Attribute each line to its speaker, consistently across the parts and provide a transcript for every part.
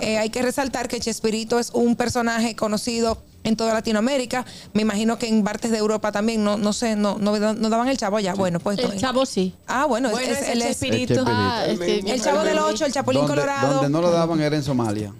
Speaker 1: eh, hay que resaltar que Chespirito es un personaje conocido en toda Latinoamérica. Me imagino que en partes de Europa también, no, no sé, no, no, no daban el chavo allá. Bueno, pues. no-
Speaker 2: El chavo sí.
Speaker 1: Ah, bueno,
Speaker 3: Bueno,
Speaker 1: es,
Speaker 3: es
Speaker 1: él
Speaker 3: el
Speaker 1: es-
Speaker 3: Chespirito.
Speaker 4: El Chespirito.
Speaker 2: Ah,
Speaker 3: El
Speaker 2: este,
Speaker 3: mismo.
Speaker 1: el chavo del 8, el Chapulín
Speaker 4: donde,
Speaker 1: Colorado. Oh.
Speaker 4: donde no lo daban era en Somalia.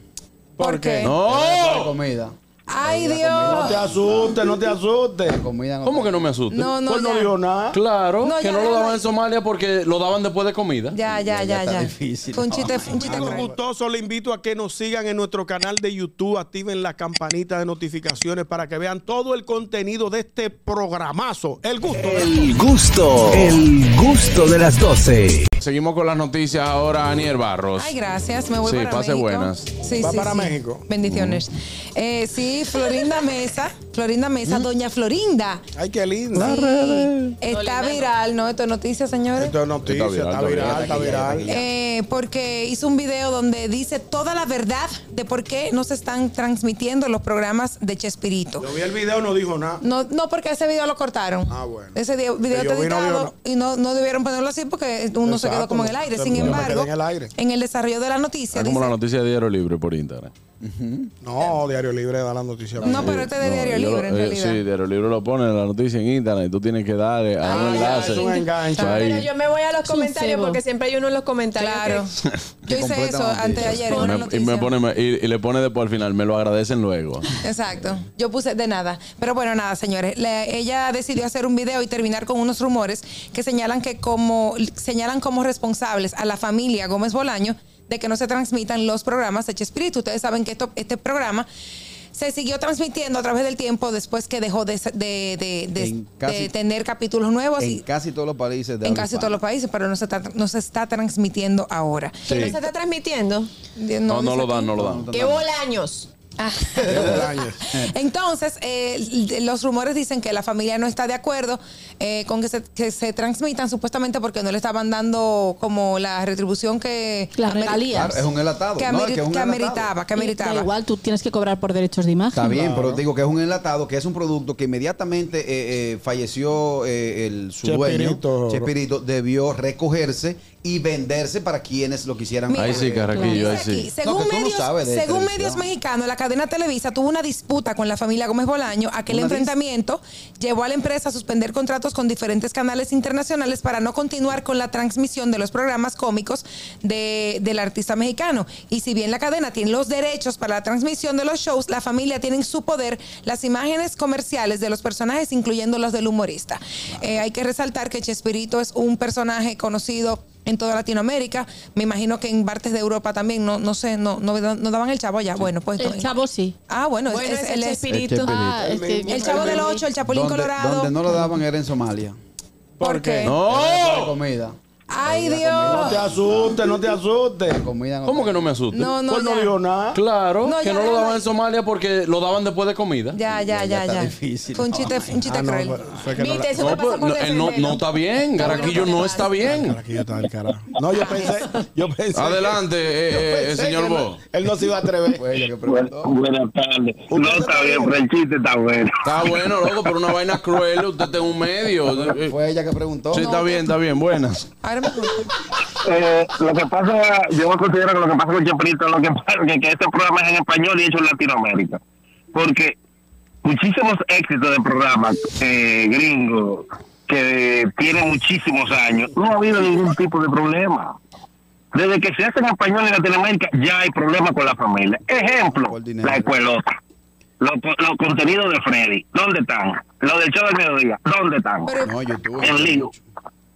Speaker 1: ¿Por qué?
Speaker 4: Era para
Speaker 5: ¡No!
Speaker 4: comida.
Speaker 1: Ay,
Speaker 5: No te
Speaker 1: Dios.
Speaker 5: asustes, no te asustes.
Speaker 4: La comida no
Speaker 6: ¿Cómo
Speaker 4: te-
Speaker 6: que no me asuste?
Speaker 1: No, no,
Speaker 5: Pues no
Speaker 1: ya.
Speaker 5: dijo nada.
Speaker 6: Claro,
Speaker 1: No,
Speaker 6: que
Speaker 1: ya,
Speaker 6: no lo
Speaker 1: ya,
Speaker 6: daban
Speaker 1: ya.
Speaker 6: en Somalia porque lo daban después de comida.
Speaker 1: Ya, ya,
Speaker 4: Ya
Speaker 1: ya,
Speaker 4: está
Speaker 1: ya.
Speaker 4: difícil.
Speaker 1: Fue un chiste, fue un chiste
Speaker 3: Amigos
Speaker 1: cruel.
Speaker 3: gustosos, le invito a que nos sigan en nuestro canal de YouTube, activen la campanita de notificaciones para que vean todo el contenido de este programazo. El gusto.
Speaker 7: El gusto, el gusto de las 12.
Speaker 6: Seguimos con las noticias ahora, Aniel Barros.
Speaker 1: Ay, gracias. Me voy
Speaker 6: Sí,
Speaker 1: para
Speaker 6: pase
Speaker 1: México.
Speaker 6: buenas.
Speaker 1: Sí,
Speaker 5: Va
Speaker 1: sí,
Speaker 5: para
Speaker 1: sí.
Speaker 5: México. Mm.
Speaker 1: Bendiciones. Eh, sí, Florinda Mesa. Florinda Mesa, doña Florinda.
Speaker 5: Ay, qué linda.
Speaker 1: Sí, Está viral, ¿no? Esto es noticia, señores.
Speaker 5: Esto es noticia,
Speaker 6: Está viral,
Speaker 5: está viral, está viral.
Speaker 1: Eh, porque hizo un video donde dice toda la verdad de por qué no se están transmitiendo los programas de Chespirito.
Speaker 5: Yo vi el video, no dijo nada.
Speaker 1: No, no, porque ese video lo cortaron.
Speaker 5: Ah, bueno.
Speaker 1: Ese di- video
Speaker 5: Que yo
Speaker 1: está
Speaker 5: vi, no
Speaker 1: editado
Speaker 5: vio,
Speaker 1: y no, no debieron ponerlo así porque uno se
Speaker 5: Exacto,
Speaker 1: quedó como en el
Speaker 5: no,
Speaker 1: aire.
Speaker 5: no,
Speaker 1: Sin
Speaker 5: no me
Speaker 1: embargo,
Speaker 5: quedé en el aire. Ah,
Speaker 1: desarrollo de la noticia,
Speaker 6: Es como
Speaker 1: dice-
Speaker 6: la noticia de Diario Libre por Instagram.
Speaker 5: No, Diario Libre da la noticia.
Speaker 1: No, pero este es de
Speaker 6: No,
Speaker 1: Diario
Speaker 6: yo lo-
Speaker 1: Libre, en
Speaker 6: eh,
Speaker 1: realidad.
Speaker 6: Sí, Diario Libre lo pone en la noticia en Instagram y tú tienes que darle a un
Speaker 5: Ah,
Speaker 6: enlace.
Speaker 5: es un enganche.
Speaker 6: Ahí.
Speaker 3: Pero yo me voy a los
Speaker 2: Es un
Speaker 3: comentarios
Speaker 2: cebo.
Speaker 3: porque siempre hay uno en los comentarios.
Speaker 1: Claro. Yo hice eso
Speaker 4: Completamente.
Speaker 1: antes de ayer en
Speaker 6: Y
Speaker 1: una
Speaker 6: me- y, me
Speaker 1: noticia.
Speaker 6: pone, y, y le pone después al final, me lo agradecen luego.
Speaker 1: Exacto. Yo puse de nada. Pero bueno, nada, señores. La- ella decidió hacer un video y terminar con unos rumores que señalan que como señalan como responsables a la familia Gómez Bolaño de que no se transmitan los programas de Chespirito. Ustedes saben que esto, este programa se siguió transmitiendo a través del tiempo después que dejó de, de- de- de-
Speaker 4: En casi-
Speaker 1: de tener capítulos nuevos
Speaker 4: En
Speaker 1: y-
Speaker 4: casi todos los países de
Speaker 1: en
Speaker 4: habla
Speaker 1: casi
Speaker 4: hispana.
Speaker 1: todos los países, pero no se está, no se está transmitiendo ahora.
Speaker 3: Que no se está transmitiendo.
Speaker 6: No, no
Speaker 1: dice
Speaker 6: lo
Speaker 1: aquí.
Speaker 6: dan, no lo dan.
Speaker 3: ¡Qué bolaños!
Speaker 1: Ah. Entonces, eh, los rumores dicen que la familia no está de acuerdo eh, con que se, que se transmitan, supuestamente porque no le estaban dando como la retribución que,
Speaker 2: Las
Speaker 1: amer-
Speaker 2: regalías.
Speaker 4: Claro, es un enlatado.
Speaker 1: que,
Speaker 4: No, es
Speaker 1: ameri-
Speaker 4: que es un
Speaker 1: que
Speaker 4: enlatado.
Speaker 1: ameritaba. Que
Speaker 2: Y da
Speaker 1: ameritaba.
Speaker 2: igual tú tienes que cobrar por derechos de imagen.
Speaker 4: Está bien, pero digo que es un enlatado, que es un producto que inmediatamente eh, eh, falleció eh, el, su
Speaker 5: Chespirito.
Speaker 4: dueño, Chespirito, debió recogerse y venderse para quienes lo quisieran.
Speaker 1: Mira,
Speaker 6: Ahí sí, Carraquillo, ahí
Speaker 1: Dice aquí,
Speaker 6: sí.
Speaker 1: según
Speaker 4: No, que tú no
Speaker 1: medios,
Speaker 4: sabes de
Speaker 1: según
Speaker 4: televisión.
Speaker 1: medios mexicanos, la cadena Televisa tuvo una disputa con la familia Gómez Bolaño. Aquel
Speaker 4: Una dis-
Speaker 1: enfrentamiento llevó a la empresa a suspender contratos con diferentes canales internacionales para no continuar con la transmisión de los programas cómicos de- del artista mexicano. Y si bien la cadena tiene los derechos para la transmisión de los shows, la familia tiene en su poder las imágenes comerciales de los personajes, incluyendo las del humorista. Eh, hay que resaltar que Chespirito es un personaje conocido en toda Latinoamérica. Me imagino que en partes de Europa también, no, no sé, no, no, no daban el chavo allá. Bueno, pues.
Speaker 2: El chavo sí.
Speaker 1: Ah, bueno, es-
Speaker 3: Bueno,
Speaker 1: es-
Speaker 3: es
Speaker 1: él
Speaker 3: el
Speaker 1: es-
Speaker 3: Chespirito.
Speaker 6: El
Speaker 2: Ah, este,
Speaker 1: el chavo del 8, el chapulín
Speaker 4: donde,
Speaker 1: colorado. Oh.
Speaker 4: donde no lo daban era en Somalia.
Speaker 1: ¿Por qué?
Speaker 4: Era para
Speaker 6: ¡No!
Speaker 4: comida.
Speaker 1: Ay,
Speaker 5: No te
Speaker 1: Dios.
Speaker 5: asustes, no te asustes.
Speaker 4: La comida no
Speaker 6: ¿Cómo
Speaker 4: te-
Speaker 6: que no me asuste?
Speaker 1: No, no,
Speaker 5: Pues no
Speaker 1: ya.
Speaker 5: dijo nada.
Speaker 6: Claro,
Speaker 1: No,
Speaker 6: que
Speaker 1: ya,
Speaker 6: no lo
Speaker 1: ya,
Speaker 6: daban
Speaker 1: ya.
Speaker 6: en Somalia porque lo daban después de comida.
Speaker 1: Ya, ya, ya,
Speaker 4: está
Speaker 1: ya.
Speaker 4: difícil.
Speaker 1: Fue un chiste, fue un chiste
Speaker 5: Ah, no,
Speaker 1: cruel.
Speaker 5: fue que no
Speaker 3: Viste,
Speaker 5: la-
Speaker 3: eso
Speaker 6: No,
Speaker 3: me
Speaker 6: pues,
Speaker 3: pasa por
Speaker 6: no, eh, no,
Speaker 3: desespero.
Speaker 6: no está bien, Garaquillo no está bien.
Speaker 5: Aquí está el carajo. No, yo pensé, yo pensé.
Speaker 6: Adelante, eh,
Speaker 5: yo
Speaker 6: eh,
Speaker 5: pensé
Speaker 6: señor
Speaker 5: Pues, que no-
Speaker 6: Bo.
Speaker 5: Él no se iba a atrever.
Speaker 4: Fue ella que
Speaker 8: Bu-
Speaker 4: preguntó.
Speaker 8: Buenas tardes. No está bien, pero el chiste está bueno.
Speaker 6: Está bueno, loco, pero una vaina cruel, usted está en un medio. Eh, eh,
Speaker 4: Fue ella que preguntó.
Speaker 6: Sí, está bien, está bien, buenas.
Speaker 1: Ahora me acuerdo.
Speaker 8: Eh, lo que pasa, yo considero que lo que pasa con Chespirito, lo que pasa que, que este programa es en español y hecho en Latinoamérica. Porque muchísimos éxitos de programas eh, gringos que tienen muchísimos años, no ha habido ningún tipo de problema. Desde que se hace en español en Latinoamérica, ya hay problemas con la familia. Ejemplo,
Speaker 4: Por dinero.
Speaker 8: la escuelota. Los los contenidos de Freddy, ¿dónde están? Los del show del mediodía, ¿dónde están?
Speaker 1: Pero-
Speaker 4: No, YouTube.
Speaker 8: El lío.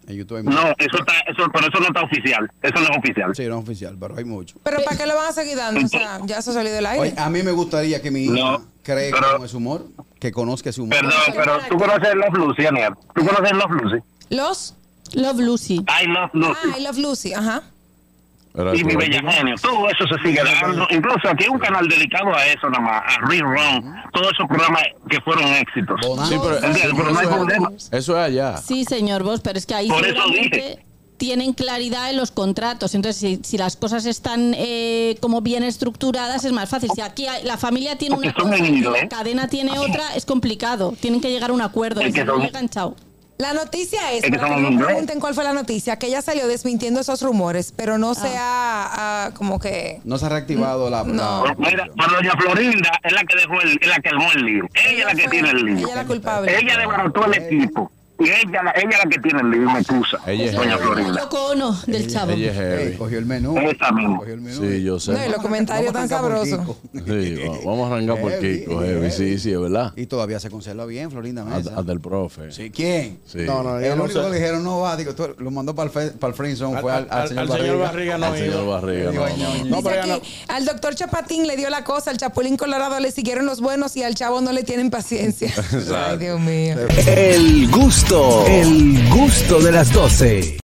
Speaker 4: En YouTube hay mucho.
Speaker 8: No, eso está, eso, pero eso no está oficial. Eso no es oficial.
Speaker 4: Sí, no es oficial, pero hay mucho.
Speaker 1: Pero ¿para qué lo van a seguir dando? O sea, ya se salió del
Speaker 4: Oye, ah.
Speaker 1: aire.
Speaker 4: a mí me gustaría que mi hija
Speaker 8: No,
Speaker 4: cree
Speaker 8: pero-
Speaker 4: con ese humor, que conozca ese humor.
Speaker 8: Perdón, pero tú conoces Love Lucy, Aniel. Tú conoces Love Lucy.
Speaker 1: Los.
Speaker 2: Love Lucy.
Speaker 8: I
Speaker 1: Ah,
Speaker 8: Love
Speaker 1: I
Speaker 8: Lucy.
Speaker 1: Love Lucy, ajá.
Speaker 8: Y mi bella genio, todo eso se sigue dando. Incluso aquí hay un canal dedicado a eso nada más, a Rerun, todos esos programas que fueron éxitos.
Speaker 4: Bonanza.
Speaker 6: Sí, pero,
Speaker 8: ¿Entiendes? Pero no hay problema.
Speaker 6: eso es allá.
Speaker 2: Sí, señor Vos, pero es que ahí
Speaker 8: Por eso
Speaker 2: seguramente
Speaker 8: dije.
Speaker 2: tienen claridad en los contratos. Entonces, si, si las cosas están eh, como bien estructuradas, es más fácil. Si aquí hay- la familia tiene
Speaker 8: Porque
Speaker 2: una
Speaker 8: son
Speaker 2: cosa
Speaker 8: en
Speaker 2: y
Speaker 8: inglés.
Speaker 2: la cadena tiene otra, es complicado. Tienen que llegar a un acuerdo.
Speaker 8: Es
Speaker 2: Y
Speaker 8: que
Speaker 2: si no
Speaker 8: son-
Speaker 2: llegan, chao.
Speaker 1: La noticia es,
Speaker 8: Es
Speaker 1: para
Speaker 8: que
Speaker 1: que
Speaker 8: estamos
Speaker 1: no
Speaker 8: en inglés.
Speaker 1: pregunten cuál fue la noticia, que ella salió desmintiendo esos rumores, pero no se ha ah, como que...
Speaker 4: No se ha reactivado la.
Speaker 1: No.
Speaker 4: la-
Speaker 8: Mira, pero doña Florinda es la que dejó el, es la que armó el lío. Ella es la que
Speaker 1: fue-
Speaker 8: tiene el lío.
Speaker 1: Ella es la culpable.
Speaker 8: Ella desbarató el equipo. Y ella, la- ella es la que tiene el lío, me excusa.
Speaker 6: Ella es
Speaker 8: Doña
Speaker 6: heavy.
Speaker 8: Florinda.
Speaker 2: Loco no del chavo.
Speaker 6: Ella es
Speaker 4: Ey,
Speaker 6: heavy.
Speaker 4: cogió el menú.
Speaker 8: Esa misma.
Speaker 4: Cogió el menú.
Speaker 6: Sí, yo
Speaker 1: No, y
Speaker 6: sé.
Speaker 1: los comentarios tan
Speaker 4: Vamos a arrancar por
Speaker 1: sabrosos.
Speaker 4: Kiko.
Speaker 6: Sí, va- vamos a arrancar por
Speaker 4: Heavy,
Speaker 6: Kiko, heavy. Sí, sí, es verdad.
Speaker 4: Y todavía se conserva bien, Florinda Mesa.
Speaker 6: Hasta el profe.
Speaker 4: Sí, ¿quién?
Speaker 6: Sí.
Speaker 5: No, no, ella
Speaker 4: El
Speaker 5: no
Speaker 4: único
Speaker 5: se-
Speaker 4: que dijeron no va, digo, tú- lo mandó para el, fe- para el friendzone, fue al, al señor
Speaker 5: al
Speaker 4: Barriga.
Speaker 5: señor Barriga no
Speaker 6: Al señor
Speaker 5: iba.
Speaker 6: Barriga,
Speaker 4: Digo,
Speaker 6: no, no,
Speaker 4: ñoño.
Speaker 8: Eh,
Speaker 6: no.
Speaker 5: No,
Speaker 1: Dice
Speaker 5: pero ya
Speaker 1: aquí, al doctor Chapatín le dio la cosa, al Chapulín Colorado le siguieron los buenos y al chavo no le tienen paciencia. Ay, Dios mío.
Speaker 7: El gusto, el gusto de las doce.